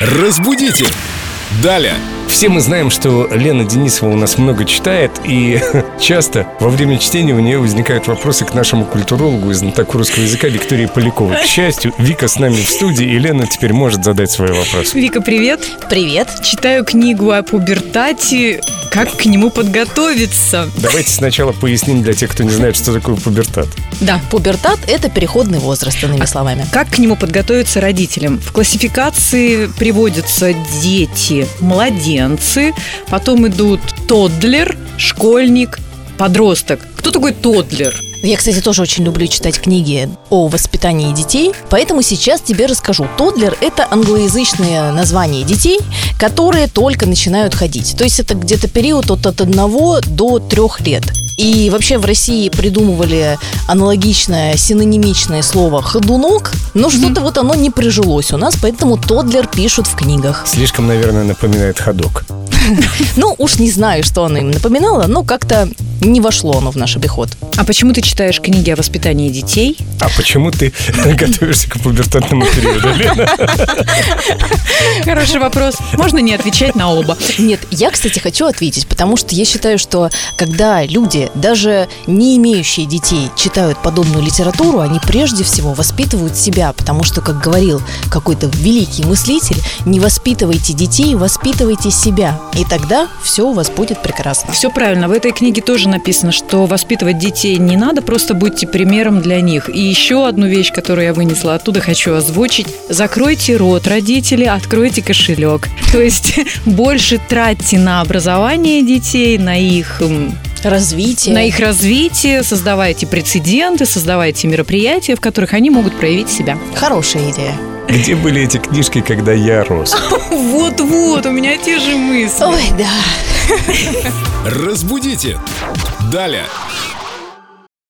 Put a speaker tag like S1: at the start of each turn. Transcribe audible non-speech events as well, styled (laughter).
S1: Разбудите! Далее!
S2: Все мы знаем, что Лена Денисова у нас много читает, и (laughs) часто во время чтения у нее возникают вопросы к нашему культурологу и знатоку русского языка Виктории Поляковой. К счастью, Вика с нами в студии, и Лена теперь может задать свои вопросы.
S3: Вика, привет.
S4: Привет.
S3: Читаю книгу о пубертате. Как к нему подготовиться?
S2: Давайте сначала поясним для тех, кто не знает, что такое пубертат.
S3: Да.
S4: Пубертат – это переходный возраст, иными словами.
S3: Как к нему подготовиться родителям? В классификации приводятся дети, младенцы, потом идут тоддлер, школьник, подросток. Кто такой тоддлер?
S4: Я, кстати, тоже очень люблю читать книги о воспитании детей, поэтому сейчас тебе расскажу. Тодлер – это англоязычное название детей, которые только начинают ходить. То есть это где-то период от 1 до 3 лет. И вообще в России придумывали аналогичное, синонимичное слово «ходунок», но что-то вот оно не прижилось у нас, поэтому «тодлер» пишут в книгах.
S2: Слишком, наверное, напоминает ходок.
S4: Ну, уж не знаю, что оно им напоминало, но как-то не вошло оно в наш обиход.
S3: А почему ты читаешь книги о воспитании детей?
S2: А почему ты (laughs) готовишься к пубертатному периоду,
S1: (laughs)
S2: Лена?
S3: Хороший вопрос. Можно не отвечать на оба.
S4: Нет, я, кстати, хочу ответить, потому что я считаю, что когда люди, даже не имеющие детей, читают подобную литературу, они прежде всего воспитывают себя, потому что, как говорил какой-то великий мыслитель, не воспитывайте детей, воспитывайте себя. И тогда все у вас будет прекрасно.
S3: Все правильно. В этой книге тоже написано, что воспитывать детей не надо, просто будьте примером для них. И еще одну вещь, которую я вынесла оттуда, хочу озвучить. Закройте рот, родители, откройте кошелек. (laughs) То есть больше тратьте на образование детей, на их м,
S4: Развитие.
S3: на их развитие, создавайте прецеденты, создавайте мероприятия, в которых они могут проявить себя.
S4: Хорошая идея.
S2: Где были эти книжки, когда я рос?
S3: Вот-вот, у меня те же мысли.
S4: Ой, да.
S1: Разбудите! Далее!